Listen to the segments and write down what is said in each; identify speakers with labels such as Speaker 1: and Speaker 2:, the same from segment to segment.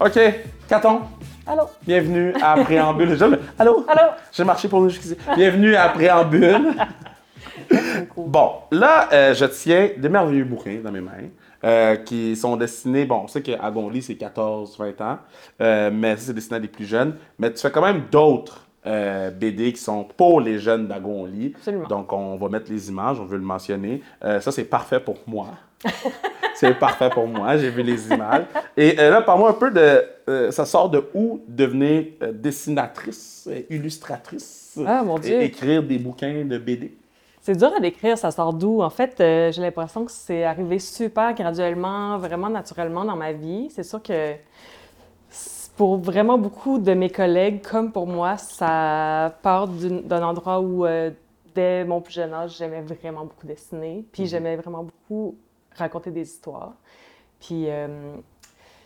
Speaker 1: OK, Caton,
Speaker 2: Allô?
Speaker 1: bienvenue à Préambule. Je- Allô?
Speaker 2: Allô?
Speaker 1: J'ai marché pour nous jusqu'ici. Bienvenue à Préambule.
Speaker 2: Beaucoup.
Speaker 1: Bon, là, euh, je tiens des merveilleux bouquins dans mes mains euh, qui sont destinés, bon, on sait qu'à mon lit, c'est 14, 20 ans, euh, mais ça, c'est destiné à des plus jeunes. Mais tu fais quand même d'autres euh, BD qui sont pour les jeunes d'Agonly.
Speaker 2: Absolument.
Speaker 1: Donc, on va mettre les images, on veut le mentionner. Euh, ça, c'est parfait pour moi. c'est parfait pour moi, j'ai vu les images. Et euh, là, parle-moi un peu de... euh, ça sort de où devenir euh, dessinatrice, euh, illustratrice
Speaker 2: Ah, mon
Speaker 1: et
Speaker 2: Dieu.
Speaker 1: écrire des bouquins de BD?
Speaker 2: C'est dur à décrire, ça sort d'où? En fait, euh, j'ai l'impression que c'est arrivé super graduellement, vraiment naturellement dans ma vie. C'est sûr que c'est- pour vraiment beaucoup de mes collègues, comme pour moi, ça part d'une- d'un endroit où, euh, dès mon plus jeune âge, j'aimais vraiment beaucoup dessiner, puis
Speaker 1: Mhm.
Speaker 2: j'aimais vraiment beaucoup raconter des histoires. Puis euh,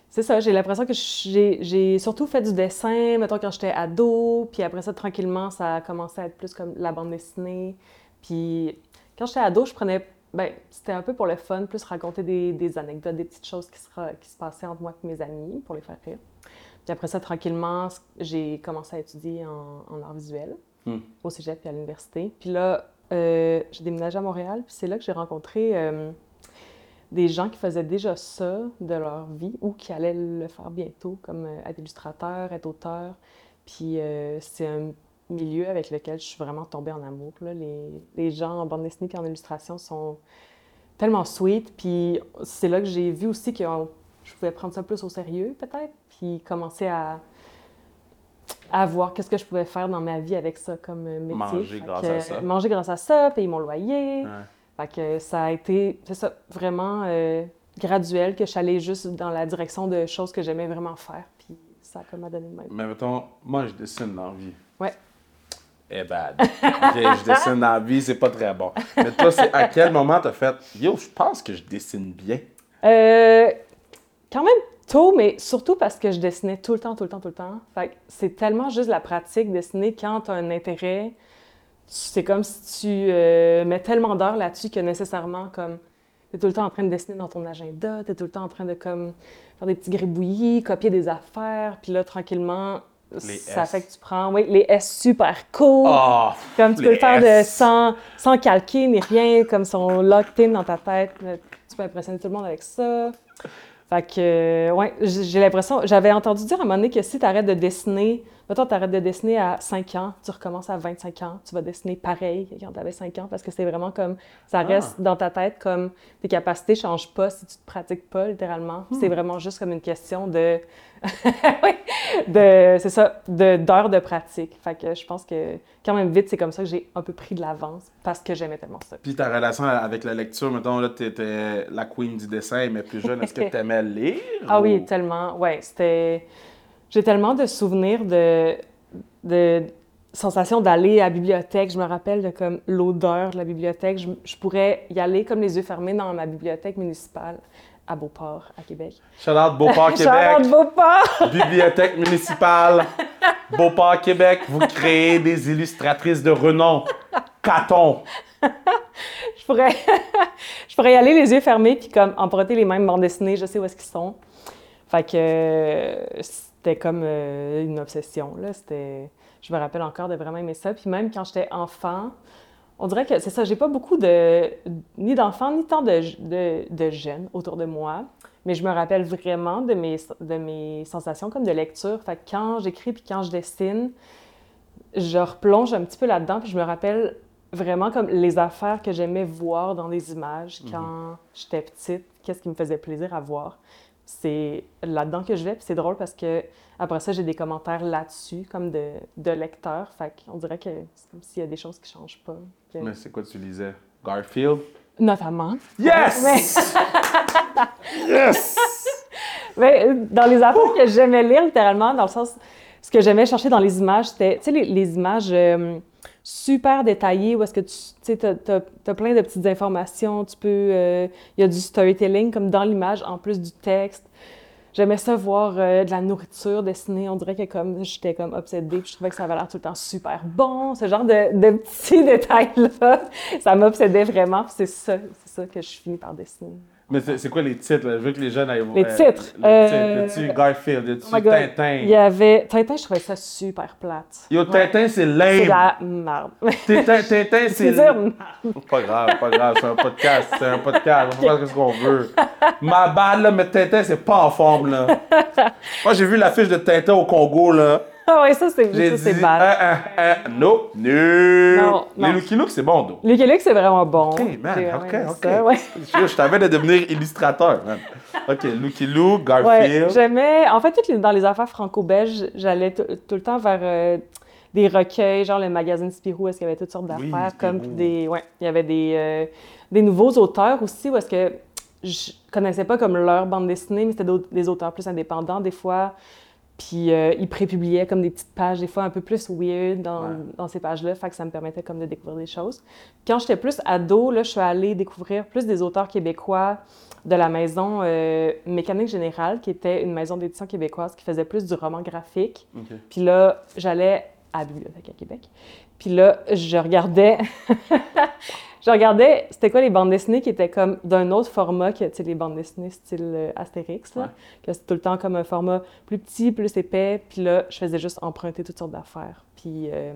Speaker 2: c'est ça, j'ai l'impression que j'ai j'ai surtout fait du dessin, mettons, quand j'étais ado, puis après ça, tranquillement, ça a commencé à être plus comme la bande dessinée. Puis quand j'étais ado, je prenais. Ben, c'était un peu pour le fun, plus raconter des, des anecdotes, des petites choses qui se, ra- qui se passaient entre moi et mes amis pour les faire rire. Puis après ça, tranquillement, c- j'ai commencé à étudier en, en arts visuels
Speaker 1: Hmm.
Speaker 2: au cégep puis à l'université. Puis là, euh, j'ai déménagé à Montréal, puis c'est là que j'ai rencontré euh, des gens qui faisaient déjà ça de leur vie ou qui allaient le faire bientôt, comme euh, être illustrateur, être auteur. Puis euh, c'est un milieu avec lequel je suis vraiment tombée en amour. là. Les, les gens en bande dessinée et en illustration sont tellement sweet. Puis c'est là que j'ai vu aussi que on- je pouvais prendre ça plus au sérieux, peut-être, puis commencer à, à voir qu'est-ce que je pouvais faire dans ma vie avec ça comme euh, métier.
Speaker 1: Manger
Speaker 2: Fait
Speaker 1: grâce
Speaker 2: que-
Speaker 1: à ça.
Speaker 2: Manger grâce à ça, payer mon loyer.
Speaker 1: Ouais.
Speaker 2: Fait que ça a été, c'est ça, vraiment euh, graduel que je suis allée juste dans la direction de choses que j'aimais vraiment faire. Puis ça a comme à donné de même.
Speaker 1: Mais mettons, moi, je dessine dans la vie.
Speaker 2: Ouais.
Speaker 1: Eh bad. Ok, je dessine dans la vie, c'est pas très bon. Mais toi, c'est à quel moment t'as fait Yo, je pense que je dessine bien.
Speaker 2: Euh, quand même tôt, mais surtout parce que je dessinais tout le temps, tout le temps, tout le temps. Fait que c'est tellement juste la pratique, dessiner quand tu as un intérêt. C'est comme si tu euh, mets tellement d'heures là-dessus que nécessairement, comme, tu es tout le temps en train de dessiner dans ton agenda, tu es tout le temps en train de, comme, faire des petits gribouillis, copier des affaires, puis là, tranquillement, ça
Speaker 1: S.
Speaker 2: fait que tu prends, oui, les S super cool.
Speaker 1: Oh,
Speaker 2: Comme tu peux
Speaker 1: Les
Speaker 2: le faire de,
Speaker 1: S.
Speaker 2: sans, sans calquer ni rien, comme son locked in dans ta tête. mais Tu peux impressionner tout le monde avec ça. Fait que, euh, ouais, j- j'ai l'impression, j'avais entendu dire à un moment donné que si tu arrêtes de dessiner, mettons, tu arrêtes de dessiner à 5 ans, tu recommences à 25 ans, tu vas dessiner pareil que quand tu avais 5 ans parce que c'est vraiment comme, ça reste dans ta tête comme tes capacités ne changent pas si tu te pratiques pas littéralement. C'est vraiment juste comme une question de. Oui, de c'est ça, de- d'heures de, pratique. Fait que je pense que quand même vite, c'est comme ça que j'ai un peu pris de l'avance parce que j'aimais tellement ça.
Speaker 1: Puis ta relation avec la lecture, mettons, là, t'étais la queen du dessin, mais plus jeune, est-ce que t'aimais lire?
Speaker 2: Ah oui,
Speaker 1: ou-
Speaker 2: tellement. Ouais, c'était. J'ai tellement de souvenirs de, de sensations d'aller à la bibliothèque. Je me rappelle de comme l'odeur de la bibliothèque. Je, je pourrais y aller comme les yeux fermés dans ma bibliothèque municipale à Beauport, à Québec.
Speaker 1: Shout out Beauport,
Speaker 2: Shout out
Speaker 1: Québec,
Speaker 2: Beauport!
Speaker 1: bibliothèque municipale, Beauport, Québec, vous créez des illustratrices de renom. Caton.
Speaker 2: Je pourrais, je pourrais y aller les yeux fermés puis comme emprunter les mêmes bandes dessinées. Je sais où est-ce qu'ils sont. Fait que euh, c'était comme euh, une obsession. Là. C'était, je me rappelle encore de vraiment aimer ça. Puis même quand j'étais enfant, on dirait que c'est ça, j'ai pas beaucoup de. ni d'enfants, ni tant de, de, de jeunes autour de moi. Mais je me rappelle vraiment de mes, de mes sensations comme de lecture. Fait que quand j'écris puis quand je dessine, je replonge un petit peu là-dedans puis je me rappelle vraiment comme les affaires que j'aimais voir dans les images quand j'étais petite, qu'est-ce qui me faisait plaisir à voir c'est là-dedans que je vais. Puis c'est drôle parce que après ça, j'ai des commentaires là-dessus, comme de, de lecteurs. Fait qu'on dirait que c'est comme s'il y a des choses qui changent pas. Que-
Speaker 1: Mais c'est quoi tu lisais? Garfield?
Speaker 2: Notamment.
Speaker 1: Yes! yes!
Speaker 2: Mais euh, dans les affaires que j'aimais lire, littéralement, dans le sens, ce que j'aimais chercher dans les images, c'était, tu sais, les, les images euh, super détaillées où est-ce que tu, tu sais, t'as, t'as- t'as plein de petites informations, tu peux, euh, il y a du storytelling comme dans l'image en plus du texte. J'aimais ça voir euh, de la nourriture dessinée. On dirait que comme j'étais comme obsédée, puis je trouvais que ça avait l'air tout le temps super bon. Ce genre de, de petits détails-là, ça m'obsédait vraiment. Puis c'est ça, c'est ça que je finis par dessiner.
Speaker 1: Mais c'est c'est quoi les titres? là? Je veux que les jeunes aillent voir.
Speaker 2: Les
Speaker 1: euh,
Speaker 2: titres.
Speaker 1: Les titres.
Speaker 2: Euh, oh
Speaker 1: Le dessus Garfield, le dessus
Speaker 2: my God.
Speaker 1: Tintin.
Speaker 2: Il y avait Tintin, je trouvais ça super plate.
Speaker 1: Yo, Tintin, c'est
Speaker 2: C'est de
Speaker 1: lame.
Speaker 2: la merde.
Speaker 1: Tintin, Tintin,
Speaker 2: C'est
Speaker 1: c'est
Speaker 2: dire
Speaker 1: lame. Pas grave, pas grave, c'est un podcast, c'est un podcast, on peut faire ce qu'on veut. Ma balle, là, mais Tintin, c'est pas en forme, là. Moi, j'ai vu l'affiche de Tintin au Congo, là.
Speaker 2: Ah ouais, ça c'est
Speaker 1: J'ai
Speaker 2: ça, c'est
Speaker 1: dit,
Speaker 2: bad.
Speaker 1: ah, ah, ah, no, nul.
Speaker 2: Non,
Speaker 1: Les
Speaker 2: non.
Speaker 1: Lucky Luke, c'est bon, d'eau.
Speaker 2: Lucky Luke, c'est vraiment bon.
Speaker 1: Ok, man,
Speaker 2: J'ai
Speaker 1: ok,
Speaker 2: aimé
Speaker 1: ok.
Speaker 2: ça, ouais.
Speaker 1: Je, je t'avais de devenir illustrateur, man. OK, Lucky Luke,
Speaker 2: Ouais,
Speaker 1: Garfield.
Speaker 2: j'aimais. En fait, toutes les- dans les affaires franco-belges, j'allais tout tout le temps vers euh, des recueils, genre le magazine Spirou, est-ce qu'il y avait toutes sortes
Speaker 1: Oui,
Speaker 2: d'affaires, comme
Speaker 1: Spirou.
Speaker 2: des. Ouais, il y avait des, euh, des nouveaux auteurs aussi, où est-ce que je connaissais pas comme leur bande dessinée, mais c'était d'autres- des auteurs plus indépendants des fois. Puis euh, ils prépubliaient comme des petites pages, des fois un peu plus weird dans,
Speaker 1: Ouais.
Speaker 2: dans ces pages-là, fait que ça me permettait comme de découvrir des choses. Quand j'étais plus ado, là, je suis allée découvrir plus des auteurs québécois de la maison euh, Mécanique Générale, qui était une maison d'édition québécoise qui faisait plus du roman graphique.
Speaker 1: OK.
Speaker 2: Puis là, j'allais à la bibliothèque à Québec. Puis là, je regardais, je regardais, c'était quoi les bandes dessinées qui étaient comme d'un autre format que, tu sais, les bandes dessinées style euh, Astérix, là,
Speaker 1: Ouais.
Speaker 2: que c'est tout le temps comme un format plus petit, plus épais. Puis là, je faisais juste emprunter toutes sortes d'affaires, puis euh,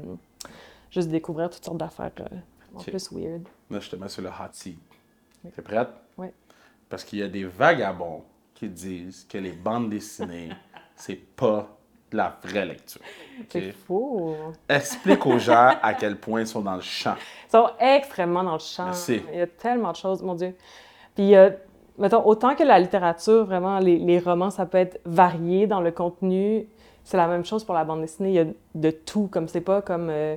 Speaker 2: juste découvrir toutes sortes d'affaires euh, en
Speaker 1: Ok.
Speaker 2: plus weird.
Speaker 1: Là, je te mets sur le hot seat.
Speaker 2: Oui.
Speaker 1: T'es prête?
Speaker 2: Oui.
Speaker 1: Parce qu'il y a des vagabonds qui disent que les bandes dessinées, c'est pas de la vraie lecture. OK?
Speaker 2: C'est faux!
Speaker 1: Explique aux gens à quel point ils sont dans le champ.
Speaker 2: Ils sont extrêmement dans le champ.
Speaker 1: Merci.
Speaker 2: Il y a tellement de choses, mon Dieu. Puis, euh, mettons, autant que la littérature, vraiment, les, les romans, ça peut être varié dans le contenu. C'est la même chose pour la bande dessinée. Il y a de tout, comme c'est pas comme... euh,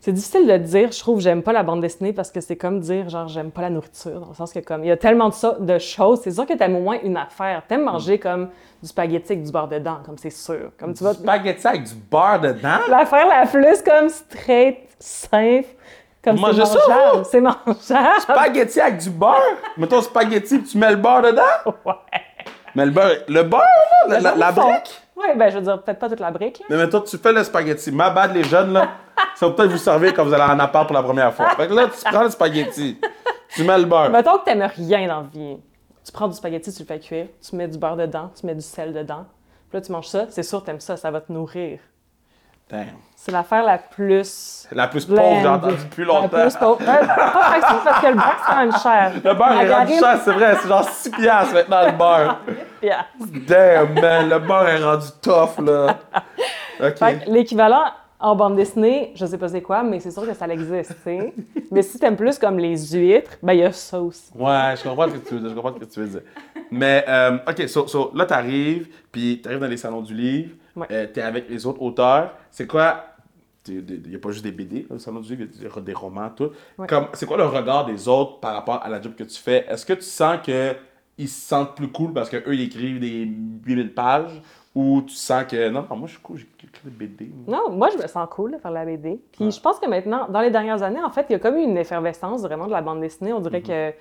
Speaker 2: C'est difficile de dire, je trouve, j'aime pas la bande dessinée parce que c'est comme dire, genre, j'aime pas la nourriture, dans le sens que, comme, il y a tellement de, so- de choses. C'est sûr que t'aimes au moins une affaire. T'aimes manger comme du spaghetti avec du beurre dedans, comme c'est sûr. Comme tu vas
Speaker 1: Du spaghetti avec du beurre dedans?
Speaker 2: L'affaire la plus comme straight, simple, comme
Speaker 1: Vous
Speaker 2: c'est
Speaker 1: mangez ça, vous?
Speaker 2: mangeable. C'est mangeable.
Speaker 1: Spaghetti avec du beurre? Mettons spaghetti, puis tu mets le beurre dedans? Ouais. Mais le beurre, le beurre, là, la, la- la brique?
Speaker 2: Oui, ben je veux dire, peut-être pas toute la brique. là.
Speaker 1: Mais mettons, tu fais le spaghetti. Ma bad, les jeunes, là, ça va peut-être vous servir quand vous allez en appart pour la première fois. Fait que là, tu prends le spaghetti, tu mets le beurre.
Speaker 2: Mettons que t'aimes rien dans la vie. Tu prends du spaghetti, tu le fais cuire, tu mets du beurre dedans, tu mets du sel dedans. Puis là, tu manges ça, c'est sûr que t'aimes ça, ça va te nourrir.
Speaker 1: Damn.
Speaker 2: C'est l'affaire la plus...
Speaker 1: La plus pauvre, j'ai
Speaker 2: bland.
Speaker 1: entendu plus
Speaker 2: La
Speaker 1: longtemps.
Speaker 2: plus pauvre. Ouais, pas facile parce que le beurre, c'est quand même cher.
Speaker 1: Le beurre est rendu cher, c'est vrai, c'est genre 6 piastres maintenant le beurre. Damn, man, le beurre est rendu tough, là.
Speaker 2: Fait
Speaker 1: OK.
Speaker 2: que l'équivalent en bande dessinée, je sais pas c'est quoi, mais c'est sûr que ça existe, tu sais. mais si t'aimes plus comme les huîtres, ben il y a ça aussi.
Speaker 1: Ouais, je comprends ce que tu veux dire, je comprends ce que tu veux dire. Mais, euh, OK, so, so, là, t'arrives, puis t'arrives dans les salons du livre,
Speaker 2: Ouais.
Speaker 1: euh, t'es avec les autres auteurs. C'est quoi... Il n'y a pas juste des BD, là, le salon du livre, il y a des- des romans, tout.
Speaker 2: Ouais.
Speaker 1: Comme, c'est quoi le regard des autres par rapport à la job que tu fais? Est-ce que tu sens que ils se sentent plus cool parce qu'eux, ils écrivent des 8000 pages? Ou tu sens que, non, non, moi, je suis cool, j'écris des BD. moi.
Speaker 2: Non, moi je me sens cool de faire de la BD. Puis
Speaker 1: Ouais.
Speaker 2: je pense que maintenant, dans les dernières années, en fait, il y a comme eu une effervescence vraiment de la bande dessinée. On dirait que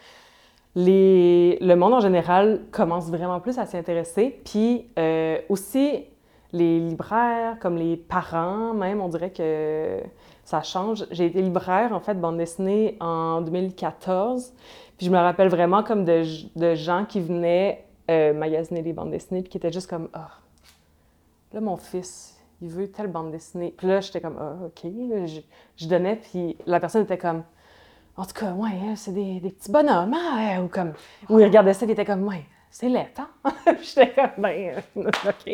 Speaker 2: les... le monde en général commence vraiment plus à s'y intéresser. Puis euh, aussi, les libraires, comme les parents même, on dirait que ça change. J'ai été libraire, en fait, de bande dessinée en 2014. Puis je me rappelle vraiment comme de, de gens qui venaient euh, magasiner les bandes dessinées, puis qui étaient juste comme « Ah, là, mon fils, il veut telle bande dessinée. » Puis là, j'étais comme « Ah, OK. » Là, Je, je donnais, puis la personne était comme « En tout cas, ouais, hein, c'est des, des petits bonhommes, hein? » Ou comme... Ou il regardait ça, puis il était comme « Ouais, c'est laid, hein? » Puis j'étais comme « Ben, euh, OK. »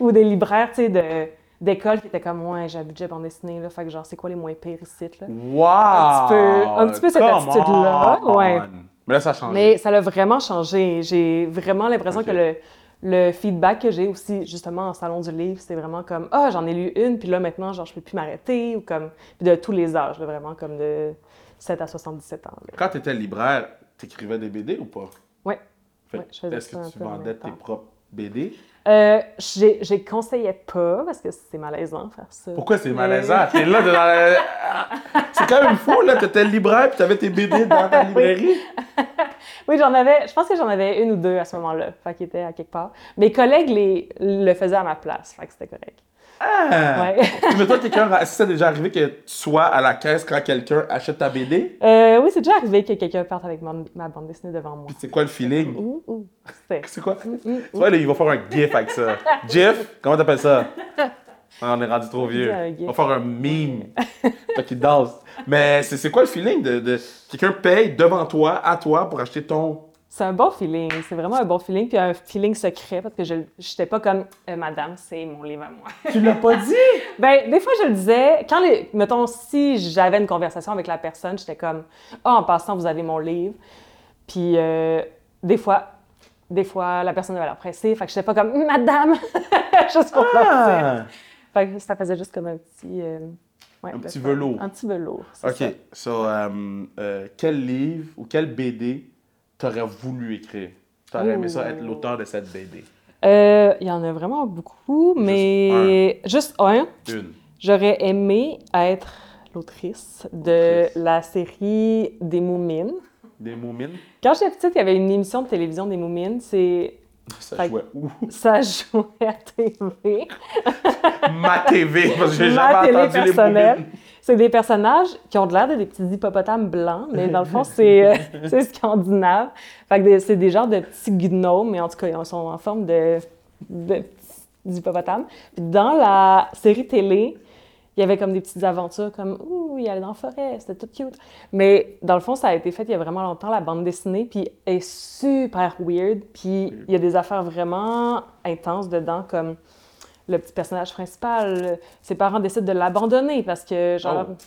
Speaker 2: Ou des libraires, tu sais, de- d'école qui étaient comme « Ouais, j'ai un budget bande dessinée, là, fait que genre, c'est quoi les moins pires ici, là? »
Speaker 1: Wow!
Speaker 2: Un petit peu- un petit peu cette
Speaker 1: come
Speaker 2: attitude-là,
Speaker 1: on!
Speaker 2: ouais.
Speaker 1: Mais là, ça change.
Speaker 2: Mais ça l'a vraiment changé. J'ai vraiment l'impression
Speaker 1: Ok.
Speaker 2: que le, le feedback que j'ai aussi, justement, en salon du livre, c'est vraiment comme Ah, j'en ai lu une, puis là, maintenant, genre, je peux plus m'arrêter, ou comme. Puis de tous les âges, là, vraiment, comme de 7 à 77 ans. là.
Speaker 1: Quand tu étais libraire, t'écrivais des BD ou pas?
Speaker 2: Ouais.
Speaker 1: Fait
Speaker 2: Ouais, je faisais
Speaker 1: est-ce
Speaker 2: ça un
Speaker 1: que tu
Speaker 2: peu en
Speaker 1: vendais
Speaker 2: même
Speaker 1: tes
Speaker 2: temps.
Speaker 1: propres BD?
Speaker 2: Euh, j'ai j'ai conseillais pas, parce que c'est malaisant hein, faire ça.
Speaker 1: Pourquoi c'est
Speaker 2: Mais-
Speaker 1: malaisant? T'es là, t'es dans la- Ah! C'est quand même fou, là. T'étais libraire puis t'avais tes BD dans ta librairie.
Speaker 2: oui, j'en avais, je pense que j'en avais une ou deux à ce moment-là, fait qu'ils étaient à quelque part. Mes collègues les, le faisaient à ma place, fait que c'était correct.
Speaker 1: Ah!
Speaker 2: Ouais.
Speaker 1: Mais toi, quelqu'un, est-ce que c'est déjà arrivé que tu sois à la caisse quand quelqu'un achète ta BD?
Speaker 2: Euh, oui, c'est déjà arrivé que quelqu'un parte avec mon- ma bande dessinée devant moi.
Speaker 1: Puis c'est quoi le feeling?
Speaker 2: Ouh, ouh, c'était.
Speaker 1: C'est quoi?
Speaker 2: ouh,
Speaker 1: Tu vois, là, ils vont faire un GIF avec ça. GIF? Comment t'appelles ça? Ah, on est rendu trop vieux.
Speaker 2: Un gif.
Speaker 1: On va faire un meme. Fait qu'ils dansent. Mais c'est c'est quoi le feeling de, de- quelqu'un paye devant toi, à toi, pour acheter ton.
Speaker 2: C'est un bon feeling, c'est vraiment un bon feeling, puis un feeling secret, parce que je n'étais pas comme Euh, Madame, c'est mon livre à moi.
Speaker 1: Tu l'as pas dit?
Speaker 2: Ben, des fois, je le disais, quand les. Mettons, si j'avais une conversation avec la personne, j'étais comme Ah, en passant, vous avez mon livre. Puis, euh, des fois, des fois, la personne avait l'air pressée, fait que j'étais pas comme Madame, juste pour leur dire.
Speaker 1: Ah!
Speaker 2: Fait que ça faisait juste comme un petit. euh, ouais,
Speaker 1: Un
Speaker 2: le
Speaker 1: petit
Speaker 2: fun.
Speaker 1: velours.
Speaker 2: Un petit velours. Ah, c'est
Speaker 1: Ok,
Speaker 2: ça.
Speaker 1: so, euh, euh, quel livre ou quel BD t'aurais voulu écrire? T'aurais aimé ça être l'auteur de cette BD?
Speaker 2: Euh, Il y en a vraiment beaucoup, mais juste un.
Speaker 1: Une.
Speaker 2: J'aurais aimé être l'autrice de
Speaker 1: Autrice.
Speaker 2: la série des Moumines.
Speaker 1: Des moumines?
Speaker 2: Quand j'étais petite, il y avait une émission de télévision des Moumines. C'est
Speaker 1: Ça
Speaker 2: Fait-
Speaker 1: jouait où?
Speaker 2: ça jouait à TV.
Speaker 1: Ma TV, parce que j'ai
Speaker 2: Ma
Speaker 1: jamais
Speaker 2: télé
Speaker 1: entendu les
Speaker 2: personnelle.
Speaker 1: moumines.
Speaker 2: C'est des personnages qui ont de l'air de des petits hippopotames blancs, mais dans le fond, c'est euh, c'est scandinave. Fait que des- c'est des genres de petits gnomes, mais en tout cas, ils sont en forme de, de petits hippopotames. Puis dans la série télé, il y avait comme des petites aventures, comme « Ouh, il allait dans la forêt, c'était tout cute ». Mais dans le fond, ça a été fait il y a vraiment longtemps, la bande dessinée, puis elle est super weird, puis il y a des affaires vraiment intenses dedans, comme le petit personnage principal, ses parents décident de l'abandonner parce que, genre,
Speaker 1: Oh.
Speaker 2: ils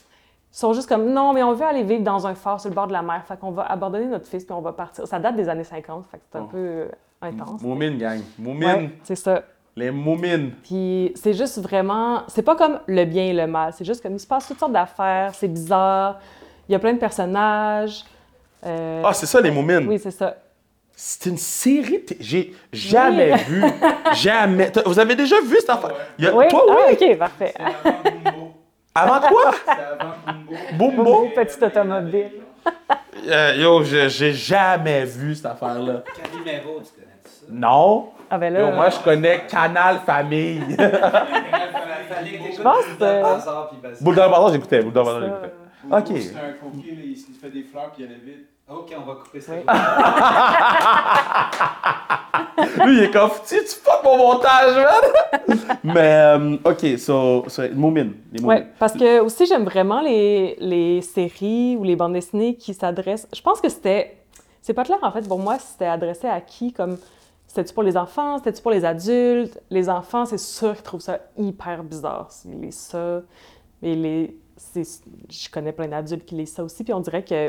Speaker 2: sont juste comme non, mais on veut aller vivre dans un phare sur le bord de la mer, fait qu'on va abandonner notre fils puis on va partir. Ça date des années 50, fait que c'est un
Speaker 1: Oh.
Speaker 2: peu euh, intense.
Speaker 1: Moumine, gang. Moumine.
Speaker 2: Ouais, c'est ça.
Speaker 1: Les moumines.
Speaker 2: Puis c'est juste vraiment, c'est pas comme le bien et le mal, c'est juste comme il se passe toutes sortes d'affaires, c'est bizarre, il y a plein de personnages. Euh,
Speaker 1: Ah, c'est ça, les moumines.
Speaker 2: oui, c'est ça.
Speaker 1: C'est une série. t- J'ai jamais vu. Jamais. T'as- Vous avez déjà vu cette affaire? Il y a-
Speaker 2: Oui,
Speaker 1: Toi, oui.
Speaker 2: Ah, ok, parfait.
Speaker 3: C'est avant Bumbo.
Speaker 1: Avant quoi?
Speaker 3: C'est avant Bumbo.
Speaker 1: Bumbo?
Speaker 2: Petite automobile.
Speaker 1: Euh, yo, je- j'ai jamais vu cette affaire-là.
Speaker 3: Calimero, tu connais ça?
Speaker 1: Non.
Speaker 2: Ah ben là,
Speaker 1: Yo, moi, je connais Canal Famille.
Speaker 3: Je
Speaker 2: pense que-
Speaker 1: Boule dans le bâton, j'écoutais. Boule dans le
Speaker 2: ça,
Speaker 1: bâton,
Speaker 2: euh,
Speaker 1: j'écoutais. Ok.
Speaker 3: C'est un coquet, là, il se il fait des fleurs puis il allait vite. Ok, on va couper ça.
Speaker 2: Oui.
Speaker 1: Lui, il est comme, tu tu fuck mon montage, man! Mais, euh, ok, so, so, Moumine, les
Speaker 2: Ouais,
Speaker 1: Moumines.
Speaker 2: parce que aussi j'aime vraiment les, les séries ou les bandes dessinées qui s'adressent. Je pense que c'était. C'est pas clair en fait pour moi si c'était adressé à qui comme. C'était-tu pour les enfants? C'était-tu pour les adultes? Les enfants, c'est sûr qu'ils trouvent ça hyper bizarre. Ils lisent ça. Mais les. c'est- Je connais plein d'adultes qui lisent ça aussi. Puis on dirait que,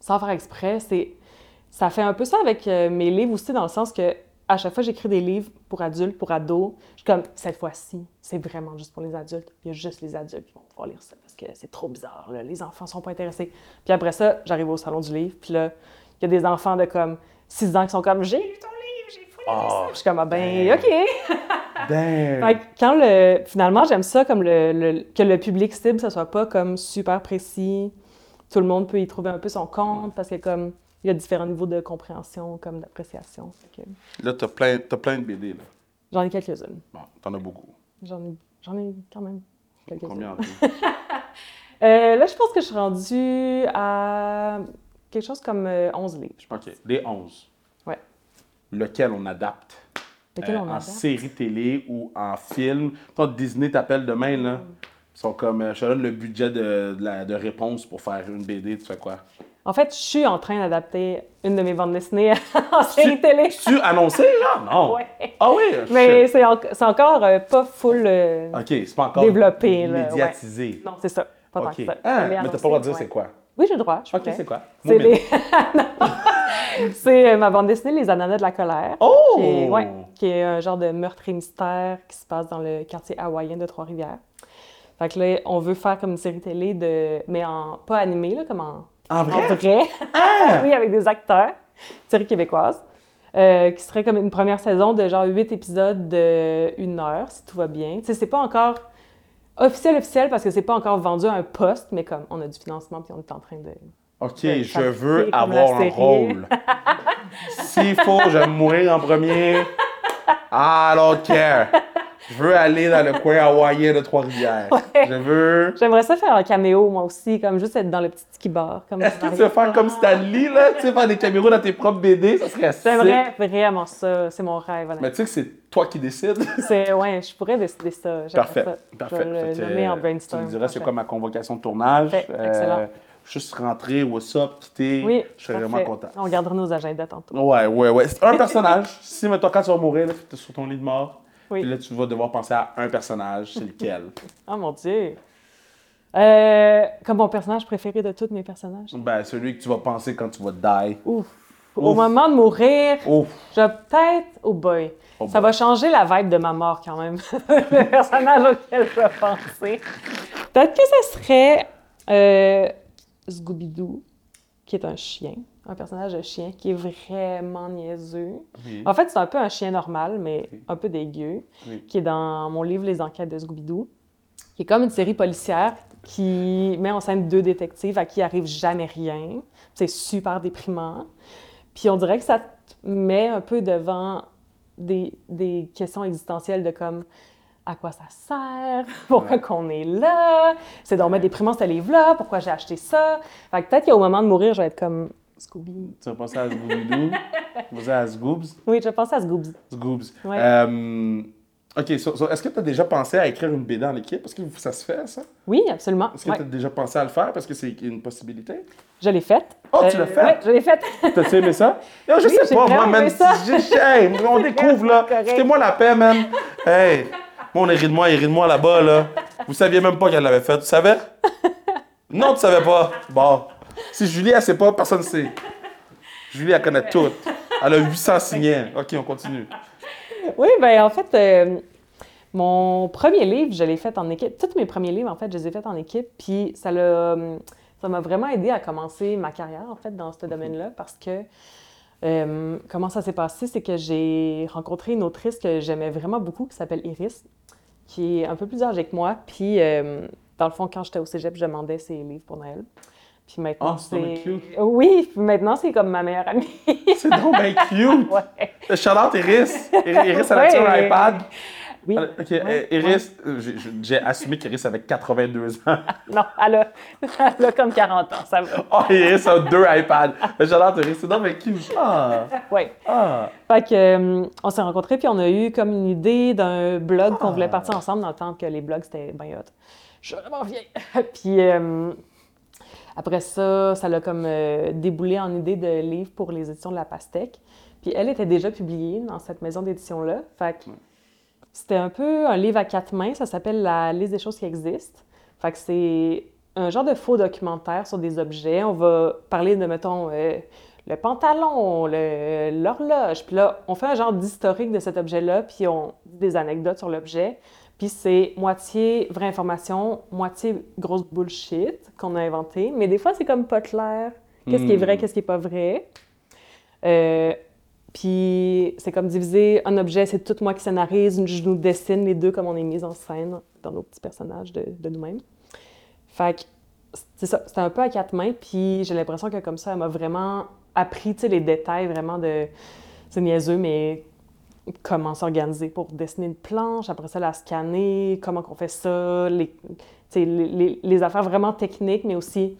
Speaker 2: sans faire exprès, c'est. Ça fait un peu ça avec euh, mes livres aussi, dans le sens que à chaque fois j'écris des livres pour adultes, pour ados, je suis comme cette fois-ci, c'est vraiment juste pour les adultes. Il y a juste les adultes qui vont pouvoir lire ça parce que c'est trop bizarre. là. Les enfants sont pas intéressés. Puis après ça, j'arrive au salon du livre, puis là, il y a des enfants de comme 6 ans qui sont comme j'ai lu ton livre, j'ai fouillé
Speaker 1: Oh,
Speaker 2: ça. Je suis comme ah ben
Speaker 1: damn.
Speaker 2: ok. Fait
Speaker 1: Damn.
Speaker 2: que quand le, finalement, j'aime ça comme le, le- que le public cible, ça soit pas comme super précis. Tout le monde peut y trouver un peu son compte parce que comme il y a différents niveaux de compréhension, comme d'appréciation. Fait que
Speaker 1: Là, t'as plein, t'as plein de BD, là.
Speaker 2: J'en ai quelques-unes.
Speaker 1: Bon, t'en as beaucoup.
Speaker 2: J'en ai, j'en ai quand même quelques-unes.
Speaker 1: Combien en
Speaker 2: Euh, là, je pense que je suis rendue à quelque chose comme euh, 11 livres. je pense.
Speaker 1: OK, des 11.
Speaker 2: Ouais.
Speaker 1: Lequel on adapte
Speaker 2: Lequel
Speaker 1: euh,
Speaker 2: on
Speaker 1: en
Speaker 2: a
Speaker 1: série télé ou en film. Quand Disney t'appelle demain, là, ils sont comme, euh, je te donne le budget de, de la- de réponse pour faire une BD, tu fais quoi?
Speaker 2: En fait, je suis en train d'adapter une de mes bandes dessinées en série télé.
Speaker 1: Tu annoncé, genre? Non.
Speaker 2: Ouais.
Speaker 1: Ah oui?
Speaker 2: Mais
Speaker 1: shit.
Speaker 2: c'est en- c'est encore euh, pas full. euh,
Speaker 1: OK, c'est pas encore
Speaker 2: Développé, là, ouais.
Speaker 1: médiatisé.
Speaker 2: Non, c'est ça. Pas tant
Speaker 1: OK.
Speaker 2: que ça.
Speaker 1: Ah,
Speaker 2: Je l'ai
Speaker 1: mais t'as pas le
Speaker 2: annoncé,
Speaker 1: droit de dire
Speaker 2: ouais.
Speaker 1: c'est quoi.
Speaker 2: Oui, j'ai le droit. Je
Speaker 1: OK,
Speaker 2: pourrais.
Speaker 1: c'est quoi?
Speaker 2: C'est
Speaker 1: Moumine.
Speaker 2: les... Non. C'est euh, ma bande dessinée Les Ananas de la colère.
Speaker 1: Oh!
Speaker 2: Qui est, ouais, qui est un genre de meurtre et mystère qui se passe dans le quartier hawaïen de Trois-Rivières. Fait que là, on veut faire comme une série télé, de... mais en... pas animée, là, comme en,
Speaker 1: En vrai? Ah!
Speaker 2: en vrai. oui, avec des acteurs, série québécoise, euh, qui serait comme une première saison de genre huit épisodes de une heure, si tout va bien. Tu sais, c'est pas encore officiel, officiel, parce que c'est pas encore vendu à un poste, mais comme on a du financement puis on est en train de,
Speaker 1: OK,
Speaker 2: Ouais,
Speaker 1: je
Speaker 2: Ben, ça
Speaker 1: veux
Speaker 2: fait comme
Speaker 1: avoir un
Speaker 2: la série.
Speaker 1: rôle. S'il faut, je vais mourir en premier. I don't care. Je veux aller dans le coin hawaïen de Trois-Rivières.
Speaker 2: Ouais.
Speaker 1: Je veux.
Speaker 2: J'aimerais ça faire un caméo, moi aussi, comme juste être dans le petit ski bar. Comme
Speaker 1: Est-ce que
Speaker 2: dans
Speaker 1: tu veux faire comme Stanley, là? Tu sais, faire des caméras dans tes propres BD, ça serait sick.
Speaker 2: J'aimerais vraiment ça. C'est mon rêve. honnêtement.
Speaker 1: Mais tu sais que c'est toi qui décides.
Speaker 2: C'est, ouais, je pourrais décider ça. J'aimerais
Speaker 1: Parfait.
Speaker 2: ça.
Speaker 1: Parfait.
Speaker 2: Je vais
Speaker 1: Fait
Speaker 2: le
Speaker 1: que,
Speaker 2: nommer en
Speaker 1: euh,
Speaker 2: brainstorm.
Speaker 1: Tu me diras, c'est
Speaker 2: Parfait.
Speaker 1: quoi ma convocation de tournage. Euh,
Speaker 2: Parfait. Excellent.
Speaker 1: juste rentrer, what's up, quitter.
Speaker 2: Oui,
Speaker 1: je serais vraiment
Speaker 2: parfait.
Speaker 1: content.
Speaker 2: On gardera nos agendas tantôt.
Speaker 1: Ouais, ouais, ouais. C'est un personnage. si, mettons, quand tu vas mourir, là, t'es sur ton lit de mort.
Speaker 2: Oui.
Speaker 1: Puis là, tu vas devoir penser à un personnage, c'est lequel.
Speaker 2: Oh mon Dieu! Euh, comme mon personnage préféré de tous mes personnages.
Speaker 1: ben, celui que tu vas penser quand tu vas die.
Speaker 2: Ouf! Au
Speaker 1: Ouf.
Speaker 2: moment de mourir,
Speaker 1: Ouf!
Speaker 2: je vais peut-être. Oh boy!
Speaker 1: Oh
Speaker 2: ça
Speaker 1: boy.
Speaker 2: va changer la vibe de ma mort quand même, le personnage auquel je vais penser. Peut-être que ça serait euh, Scooby-Doo, qui est un chien, un personnage de chien qui est vraiment niaiseux.
Speaker 1: Oui.
Speaker 2: En fait, c'est un peu un chien normal, mais
Speaker 1: Ok.
Speaker 2: un peu dégueu,
Speaker 1: Oui.
Speaker 2: qui est dans mon livre Les Enquêtes de Scooby-Doo, qui est comme une série policière qui met en scène deux détectives à qui arrive jamais rien. C'est super déprimant. Puis on dirait que ça te met un peu devant des, des questions existentielles de comme à quoi ça sert, pourquoi
Speaker 1: Ouais.
Speaker 2: qu'on est là, c'est donc bien déprimant ce livre-là, pourquoi j'ai acheté ça. Fait que peut-être qu'au moment de mourir, je vais être comme Scooby.
Speaker 1: Tu vas penser à Scooby-Doo. tu vas penser à Scoobs.
Speaker 2: Oui, je pensais à Scooby.
Speaker 1: Scoobs.
Speaker 2: Ouais.
Speaker 1: Euh, OK, so- so, est-ce que tu as déjà pensé à écrire une BD en équipe? Est-ce que ça se fait, ça?
Speaker 2: Oui, absolument.
Speaker 1: Est-ce que
Speaker 2: Ouais.
Speaker 1: tu as déjà pensé à le faire? Parce que c'est une possibilité.
Speaker 2: Je l'ai faite.
Speaker 1: Oh, tu l'as faite?
Speaker 2: Oui, je l'ai faite.
Speaker 1: T'as-tu aimé ça? Non, je
Speaker 2: Oui,
Speaker 1: sais
Speaker 2: j'ai
Speaker 1: pas, moi,
Speaker 2: vraiment
Speaker 1: man.
Speaker 2: aimé ça.
Speaker 1: Je- je- hey, on découvre, là.
Speaker 2: correct.
Speaker 1: Foutez-moi la paix, man. Hey, moi, on est ri de moi, il rit de moi là-bas, là. Vous saviez même pas qu'elle l'avait fait. Tu savais? Non, tu savais pas. Bon. Si Julie, elle sait pas, personne sait. Julie, elle connaît tout. Elle a 800 signés. OK, on continue.
Speaker 2: oui, bien, en fait, euh, mon premier livre, je l'ai fait en équipe. Tous mes premiers livres, en fait, je les ai faits en équipe. Puis ça l'a, hum, ça m'a vraiment aidé à commencer ma carrière, en fait, dans ce domaine-là, parce que euh, comment ça s'est passé, c'est que j'ai rencontré une autrice que j'aimais vraiment beaucoup, qui s'appelle Iris, qui est un peu plus âgée que moi. Puis, euh, dans le fond, quand j'étais au cégep, je demandais ses livres pour Noël. Puis maintenant,
Speaker 1: Ah, c'est donc
Speaker 2: c'est-
Speaker 1: cute.
Speaker 2: Oui, puis maintenant, c'est comme ma meilleure amie.
Speaker 1: C'est donc bien cute.
Speaker 2: Ouais.
Speaker 1: Shout-out Iris. Iris, Iris, elle a
Speaker 2: Ouais.
Speaker 1: sur un iPad.
Speaker 2: Oui.
Speaker 1: Elle- OK,
Speaker 2: Ouais,
Speaker 1: Iris, euh, j'ai- j'ai assumé qu'Iris avait 82 ans.
Speaker 2: Non, elle a, elle a comme 40 ans, ça va.
Speaker 1: Oh, Iris a deux iPads. J'adore Iris. C'est donc bien cute. Ah,
Speaker 2: Ouais.
Speaker 1: ah.
Speaker 2: Fait que, euh, on s'est rencontrés, puis on a eu comme une idée d'un blog qu'on
Speaker 1: Ah.
Speaker 2: voulait partir ensemble dans le temps que les blogs, c'était bien hot. Je suis vraiment vieille. puis euh, après ça, ça l'a comme euh, déboulé en idée de livre pour les éditions de La Pastèque. Puis elle était déjà publiée dans cette maison d'édition-là. Fait que c'était un peu un livre à quatre mains. Ça s'appelle La liste des choses qui existent. Fait que c'est un genre de faux documentaire sur des objets. On va parler de, mettons, euh, le pantalon, le- l'horloge. Puis là, on fait un genre d'historique de cet objet-là, puis on dit des anecdotes sur l'objet. Puis c'est moitié vraie information, moitié grosse bullshit qu'on a inventée. Mais des fois, c'est comme pas clair. Qu'est-ce qui est vrai,
Speaker 1: Hmm.
Speaker 2: qu'est-ce qui est pas vrai. Euh, puis c'est comme diviser un objet, c'est tout moi qui scénarise, je nous dessine les deux comme on est mis en scène dans nos petits personnages de, de nous-mêmes. Fait que c'est ça, c'était un peu à quatre mains, puis j'ai l'impression que comme ça, elle m'a vraiment appris tu sais, les détails vraiment de. C'est niaiseux, mais comment s'organiser pour dessiner une planche, après ça la scanner, comment qu'on fait ça, les, tu sais, les, les- les affaires vraiment techniques, mais aussi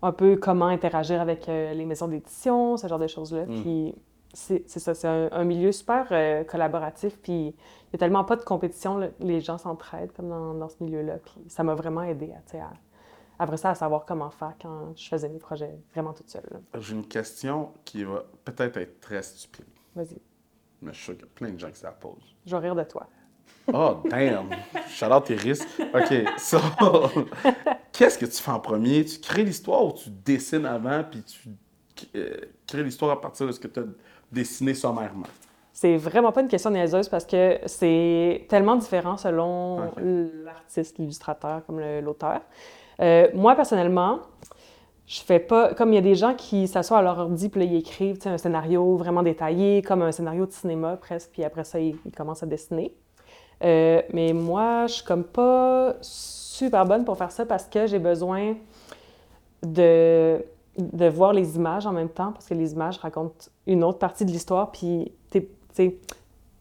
Speaker 2: un peu comment interagir avec euh, les maisons d'édition, ce genre de choses-là.
Speaker 1: Mm.
Speaker 2: Puis c'est c'est ça, c'est un, un milieu super euh, collaboratif, puis il n'y a tellement pas de compétition, là, les gens s'entraident comme dans, dans ce milieu-là, puis ça m'a vraiment aidé à, tu sais, à- après ça, à savoir comment faire quand je faisais mes projets vraiment toute seule. là.
Speaker 1: J'ai une question qui va peut-être être très stupide,
Speaker 2: Vas-y,
Speaker 1: mais je suis sûr qu'il y a plein de gens qui se la posent.
Speaker 2: je vais rire de toi.
Speaker 1: Oh, damn! J'adore Iris. OK, so, qu'est-ce que tu fais en premier? Tu crées l'histoire ou tu dessines avant, puis tu euh, crées l'histoire à partir de ce que tu as dessiné sommairement?
Speaker 2: C'est vraiment pas une question niaiseuse parce que c'est tellement différent selon
Speaker 1: Ok.
Speaker 2: l'artiste, l'illustrateur, comme le- l'auteur. Euh, moi, personnellement, je fais pas. Comme il y a des gens qui s'assoient à leur ordi puis là, ils écrivent tu sais, un scénario vraiment détaillé, comme un scénario de cinéma presque, puis après ça, ils, ils commencent à dessiner. Euh, mais moi, je suis comme pas super bonne pour faire ça parce que j'ai besoin de de voir les images en même temps, parce que les images racontent une autre partie de l'histoire. Puis, t'es- tu sais,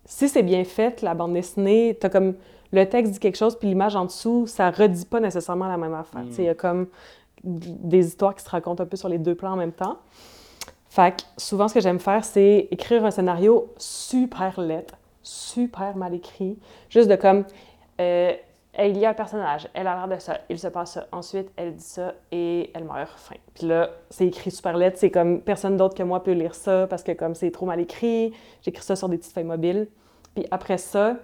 Speaker 2: si c'est bien fait, la bande dessinée, t'as comme le texte dit quelque chose, puis l'image en dessous, ça redit pas nécessairement la même affaire.
Speaker 1: Mm.
Speaker 2: Tu sais, Il y a comme des histoires qui se racontent un peu sur les deux plans en même temps. Fait que souvent, ce que j'aime faire, c'est écrire un scénario super lettre, super mal écrit, juste de comme. euh, il y a un personnage, elle a l'air de ça, il se passe ça, ensuite elle dit ça et elle meurt, fin. Puis là, c'est écrit super lettre, c'est comme personne d'autre que moi peut lire ça parce que comme c'est trop mal écrit, j'écris ça sur des petites feuilles mobiles. Puis après ça,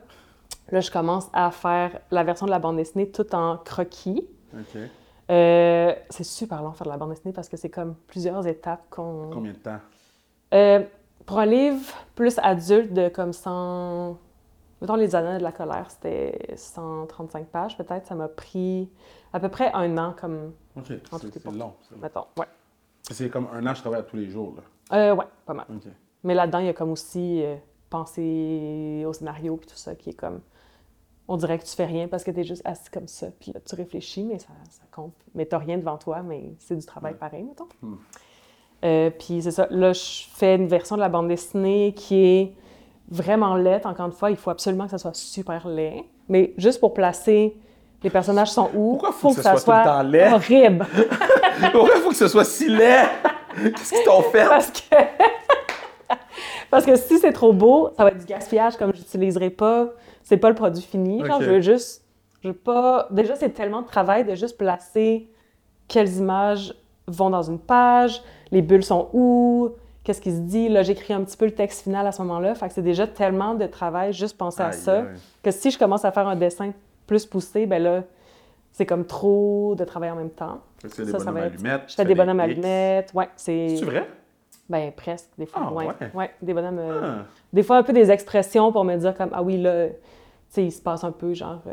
Speaker 2: là je commence à faire la version de la bande dessinée tout en croquis.
Speaker 1: OK.
Speaker 2: Euh, c'est super long faire de la bande dessinée parce que c'est comme plusieurs étapes qu'on...
Speaker 1: Combien de temps?
Speaker 2: Euh, pour un livre plus adulte de comme 100... Mettons, Les Annales de la colère, c'était 135 pages peut-être. Ça m'a pris à peu près un an, comme,
Speaker 1: OK.
Speaker 2: En tout
Speaker 1: C'est
Speaker 2: cas,
Speaker 1: c'est long. c'est long.
Speaker 2: mettons. Ouais,
Speaker 1: C'est comme un an, je travaille à tous les jours. Là.
Speaker 2: Euh, ouais pas mal.
Speaker 1: OK.
Speaker 2: Mais là-dedans, il y a comme aussi euh, penser au scénario puis tout ça, qui est comme... On dirait que tu fais rien parce que tu es juste assis comme ça. Puis là, tu réfléchis, mais ça, ça compte. Mais t'as rien devant toi, mais c'est du travail
Speaker 1: Ouais.
Speaker 2: pareil, mettons.
Speaker 1: Hmm.
Speaker 2: Euh, puis c'est ça. Là, je fais une version de la bande dessinée qui est vraiment laite. Encore une fois, il faut absolument que ça soit super laid. Mais juste pour placer les personnages sont où,
Speaker 1: Pourquoi faut que ce soit tout le temps laid?
Speaker 2: horrible.
Speaker 1: Pourquoi il faut que ce soit si laid? Qu'est-ce qu'ils t'ont fait?
Speaker 2: Parce que... Parce que si c'est trop beau, ça va être du gaspillage comme j'utiliserai pas. C'est pas le produit fini. Genre,
Speaker 1: Ok.
Speaker 2: je veux juste. Je veux pas. Déjà, c'est tellement de travail de juste placer quelles images vont dans une page, les bulles sont où, qu'est-ce qui se dit. Là, j'écris un petit peu le texte final à ce moment-là. Fait que c'est déjà tellement de travail juste penser à
Speaker 1: Aïe,
Speaker 2: ça
Speaker 1: aïe.
Speaker 2: que si je commence à faire un dessin plus poussé, ben là, c'est comme trop de travail en même temps.
Speaker 1: Fait que c'est des
Speaker 2: Ça, ça
Speaker 1: bonhommes
Speaker 2: va être-
Speaker 1: allumettes.
Speaker 2: Je fais des bonhommes
Speaker 1: X.
Speaker 2: allumettes. Ouais, c'est.
Speaker 1: C'est vrai?
Speaker 2: Ben presque, des fois.
Speaker 1: Ah,
Speaker 2: ouais.
Speaker 1: ouais?
Speaker 2: Ouais, des bonhommes. euh,
Speaker 1: Ah.
Speaker 2: Des fois, un peu des expressions pour me dire comme Ah oui, là, tu sais, il se passe un peu genre euh,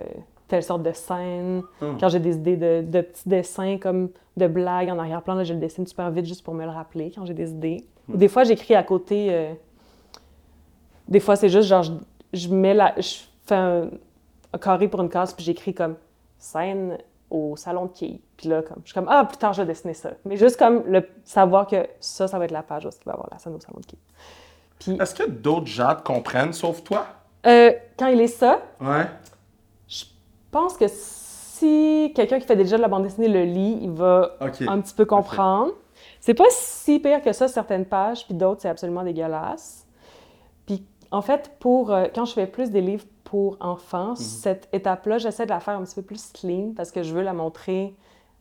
Speaker 2: telle sorte de scène.
Speaker 1: Hum.
Speaker 2: Quand j'ai des idées de, de petits dessins, comme de blagues en arrière-plan, là, je le dessine super vite juste pour me le rappeler quand j'ai des idées. Ou des fois, j'écris à côté. euh, Des fois, c'est juste genre, je, je mets la. Je fais un, un carré pour une case, puis j'écris comme scène au salon de quilles. Puis là, comme, je suis comme, ah, plus tard, je vais dessiner ça. Mais juste comme le savoir que ça, ça va être la page où il va y avoir la scène au salon de quilles. Puis
Speaker 1: Est-ce que d'autres gens te comprennent sauf toi?
Speaker 2: euh, quand il est ça,
Speaker 1: Ouais.
Speaker 2: je pense que si quelqu'un qui fait déjà de la bande dessinée le lit, il va
Speaker 1: OK.
Speaker 2: un petit peu comprendre. C'est pas si pire que ça, certaines pages, puis d'autres, c'est absolument dégueulasse. Puis, en fait, pour, euh, quand je fais plus des livres pour enfants,
Speaker 1: Mhm.
Speaker 2: cette étape-là, j'essaie de la faire un petit peu plus clean parce que je veux la montrer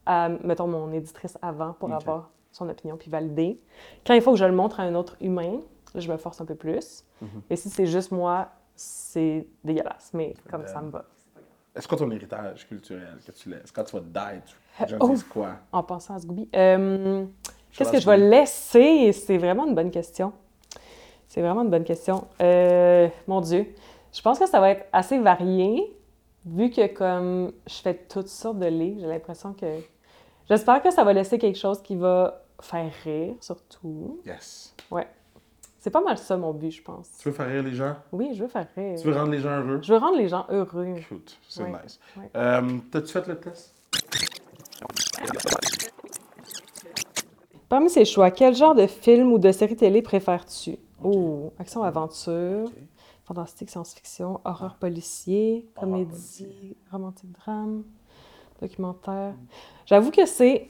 Speaker 2: à, mettons, mon éditrice avant pour
Speaker 1: Ok.
Speaker 2: avoir son opinion puis valider. Quand il faut que je le montre à un autre humain, là, je me force un peu plus.
Speaker 1: Mhm.
Speaker 2: Et si c'est juste moi, c'est dégueulasse, mais comme ça me va.
Speaker 1: Est-ce que ton héritage culturel que tu laisses, quand tu vas die, tu
Speaker 2: oh.
Speaker 1: dis quoi?
Speaker 2: en pensant à Scooby. Euh, Qu'est-ce
Speaker 1: Charles
Speaker 2: que je vais
Speaker 1: Scooby.
Speaker 2: laisser? C'est vraiment une bonne question. C'est vraiment une bonne question. Euh, mon Dieu, je pense que ça va être assez varié, vu que comme je fais toutes sortes de livres, j'ai l'impression que... J'espère que ça va laisser quelque chose qui va faire rire, surtout.
Speaker 1: Yes.
Speaker 2: C'est pas mal ça, mon but, je pense.
Speaker 1: Tu veux faire rire les gens?
Speaker 2: Oui, je veux faire rire.
Speaker 1: Tu veux rendre les gens heureux?
Speaker 2: Je veux rendre les gens heureux.
Speaker 1: Shoot, c'est
Speaker 2: Ouais.
Speaker 1: nice.
Speaker 2: Ouais.
Speaker 1: Euh, T'as-tu fait le test?
Speaker 2: Parmi ces choix, quel genre de film ou de série télé préfères-tu? Oh, action-aventure,
Speaker 1: Ok. Ah.
Speaker 2: fantastique, science-fiction, horreur policier,
Speaker 1: Horreur
Speaker 2: comédie, romantique drame, documentaire. J'avoue que c'est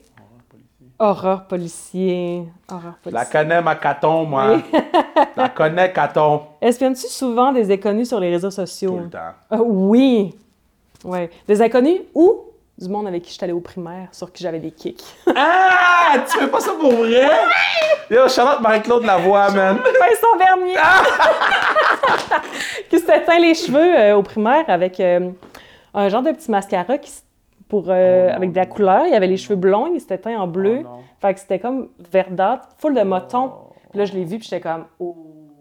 Speaker 2: horreur policier, horreur
Speaker 1: La
Speaker 2: policier.
Speaker 1: connais, ma caton, moi. La connais, caton.
Speaker 2: Espionnes-tu souvent des inconnus sur les réseaux sociaux?
Speaker 1: Tout le temps.
Speaker 2: Ah oui! Ouais. Des inconnus ou du monde avec qui je suis allée au primaire, sur qui j'avais des kicks.
Speaker 1: Ah! Tu fais pas ça pour vrai? Yo, Charlotte Marie-Claude Lavoie, man.
Speaker 2: Vincent Vernier!
Speaker 1: Ah!
Speaker 2: qui se teint les cheveux euh, au primaire avec euh, un genre de petit mascara qui, s- pour, euh,
Speaker 1: Oh non.
Speaker 2: avec de la couleur. Il avait les cheveux blonds, il s'était teint en bleu.
Speaker 1: Oh non.
Speaker 2: fait que c'était comme verdâtre, full de motons.
Speaker 1: Oh.
Speaker 2: Puis là, je l'ai vu, puis j'étais comme, oh,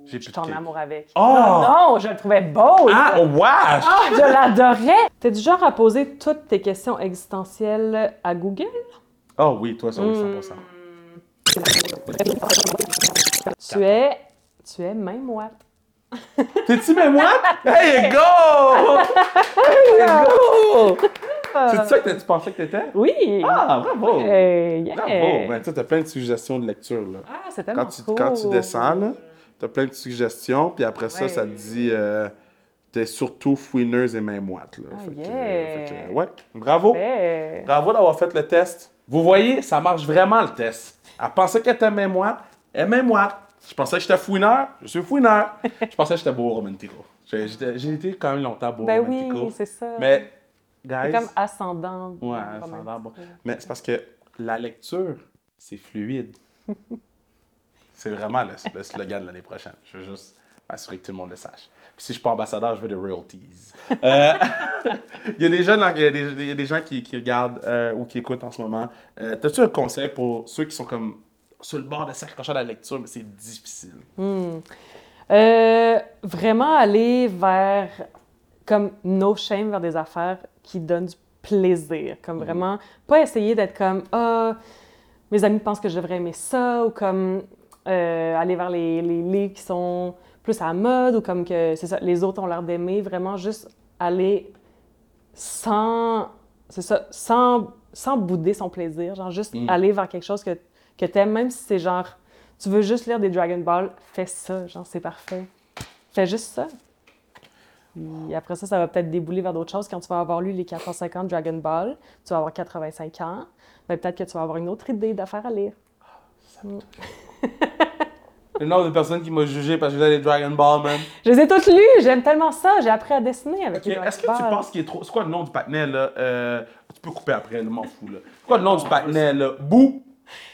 Speaker 1: J'ai
Speaker 2: je
Speaker 1: plus
Speaker 2: suis
Speaker 1: de
Speaker 2: en
Speaker 1: kick.
Speaker 2: amour avec.
Speaker 1: Oh!
Speaker 2: Non, non, je le trouvais beau!
Speaker 1: Ah, oh, wesh!
Speaker 2: Ah, je l'adorais! T'es du genre à poser toutes tes questions existentielles à Google? Hmm.
Speaker 1: Oh oui, toi, ça, oui, 100%.
Speaker 2: Tu es, tu es même moi.
Speaker 1: T'es-tu mémoire? Hey, go! Hey, go! C'est ça que tu pensais que t'étais?
Speaker 2: Oui!
Speaker 1: Ah, bravo!
Speaker 2: Euh, yeah.
Speaker 1: Bravo! Ben, tu as plein de suggestions de lecture, là.
Speaker 2: Ah, c'est tellement
Speaker 1: Quand tu,
Speaker 2: cool.
Speaker 1: quand tu descends, là, t'as plein de suggestions, puis après ça,
Speaker 2: Ouais.
Speaker 1: ça te dit... euh, T'es surtout fouineuse et main moite. Là.
Speaker 2: Ah,
Speaker 1: Fait que,
Speaker 2: yeah.
Speaker 1: euh, fait que, ouais. Bravo.
Speaker 2: Parfait.
Speaker 1: Bravo d'avoir fait le test. Vous voyez, ça marche vraiment le test. Elle pensait qu'elle était main moite. Elle est main moite. Je pensais que j'étais fouineur. Je suis fouineur. Je pensais que j'étais beau romantico. J'ai j'étais- j'ai été quand même longtemps beau
Speaker 2: Ben
Speaker 1: romantico.
Speaker 2: oui, c'est ça.
Speaker 1: Mais,
Speaker 2: C'est
Speaker 1: guys,
Speaker 2: comme ascendant.
Speaker 1: Ouais,
Speaker 2: romantique.
Speaker 1: ascendant, bon. mais c'est parce que la lecture, c'est fluide. c'est vraiment le, le slogan de l'année prochaine. Je veux juste assurer que tout le monde le sache. Puis si je suis pas ambassadeur, je veux des royalties. Euh, il y a des jeunes, il y a des, il y a des gens qui, qui regardent euh, ou qui écoutent en ce moment. Euh, T'as-tu un conseil pour ceux qui sont comme sur le bord de s'accrocher à la lecture, mais c'est difficile?
Speaker 2: Hmm. Euh, vraiment aller vers, comme no shame, vers des affaires qui donnent du plaisir. Comme vraiment, pas essayer d'être comme, ah, mes amis pensent que je devrais aimer ça, ou comme euh, aller vers les, les livres qui sont plus à la mode, ou comme que, c'est ça, les autres ont l'air d'aimer. Vraiment juste aller sans, c'est ça, sans, sans bouder son plaisir. Genre juste
Speaker 1: Mm.
Speaker 2: aller vers quelque chose que, que t'aimes, même si c'est genre, tu veux juste lire des Dragon Ball, fais ça, genre c'est parfait. Fais juste ça. Puis après ça, ça va peut-être débouler vers d'autres choses. Quand tu vas avoir lu les 450 Dragon Ball, tu vas avoir 85 ans, mais peut-être que tu vas avoir une autre idée d'affaires à lire.
Speaker 1: Le nombre de personnes qui m'ont jugé parce que j'avais les Dragon Ball, man.
Speaker 2: Je les ai toutes lues, j'aime tellement ça, j'ai appris à dessiner avec
Speaker 1: Ok,
Speaker 2: les Dragon
Speaker 1: Est-ce que
Speaker 2: Ball.
Speaker 1: tu penses qu'il est trop. C'est quoi le nom du patinet, là Euh, Tu peux couper après, ne m'en fous, là. C'est quoi le nom du patinet, là Bou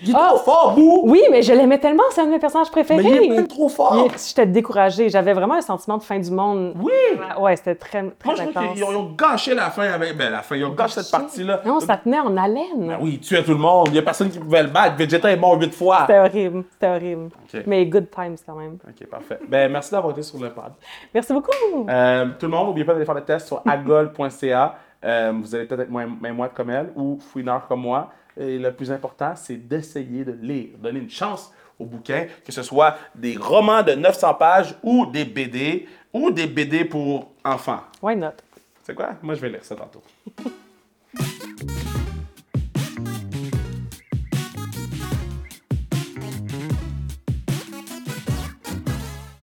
Speaker 1: Il est
Speaker 2: Ah!
Speaker 1: trop fort, Bou
Speaker 2: Oui, mais je l'aimais tellement, c'est un de mes personnages
Speaker 1: Mais
Speaker 2: préférés.
Speaker 1: il est même trop fort
Speaker 2: Il- J'étais découragée, j'avais vraiment un sentiment de fin du monde.
Speaker 1: Oui
Speaker 2: Ouais, c'était très, très
Speaker 1: Moi, je trouve
Speaker 2: intense.
Speaker 1: qu'ils ont, ils ont gâché la fin avec. Ben, la fin, ils ont gâché cette partie-là.
Speaker 2: Non, ça tenait en haleine.
Speaker 1: Ben oui, il tuait tout le monde. Il n'y a personne qui pouvait le battre. Vegeta est mort huit fois.
Speaker 2: C'était horrible, c'était horrible.
Speaker 1: Ok.
Speaker 2: Mais good times quand même.
Speaker 1: Ok, parfait. Ben, merci d'avoir été sur le pod.
Speaker 2: Merci beaucoup!
Speaker 1: Euh, tout le monde, n'oubliez pas d'aller faire le test sur agol.ca. Euh, vous allez peut-être être moins, moins moite comme elle ou fouineur comme moi. Et le plus important, c'est d'essayer de lire, donner une chance au bouquin, que ce soit des romans de 900 pages ou des BD, ou des BD pour enfants.
Speaker 2: Why not?
Speaker 1: C'est quoi? Moi, je vais lire ça tantôt.